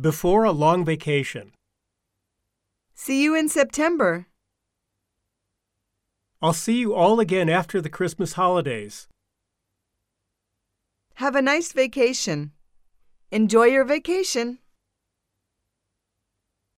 Before a long vacation. See you in September. I'll see you all again after the Christmas holidays. Have a nice vacation. Enjoy your vacation.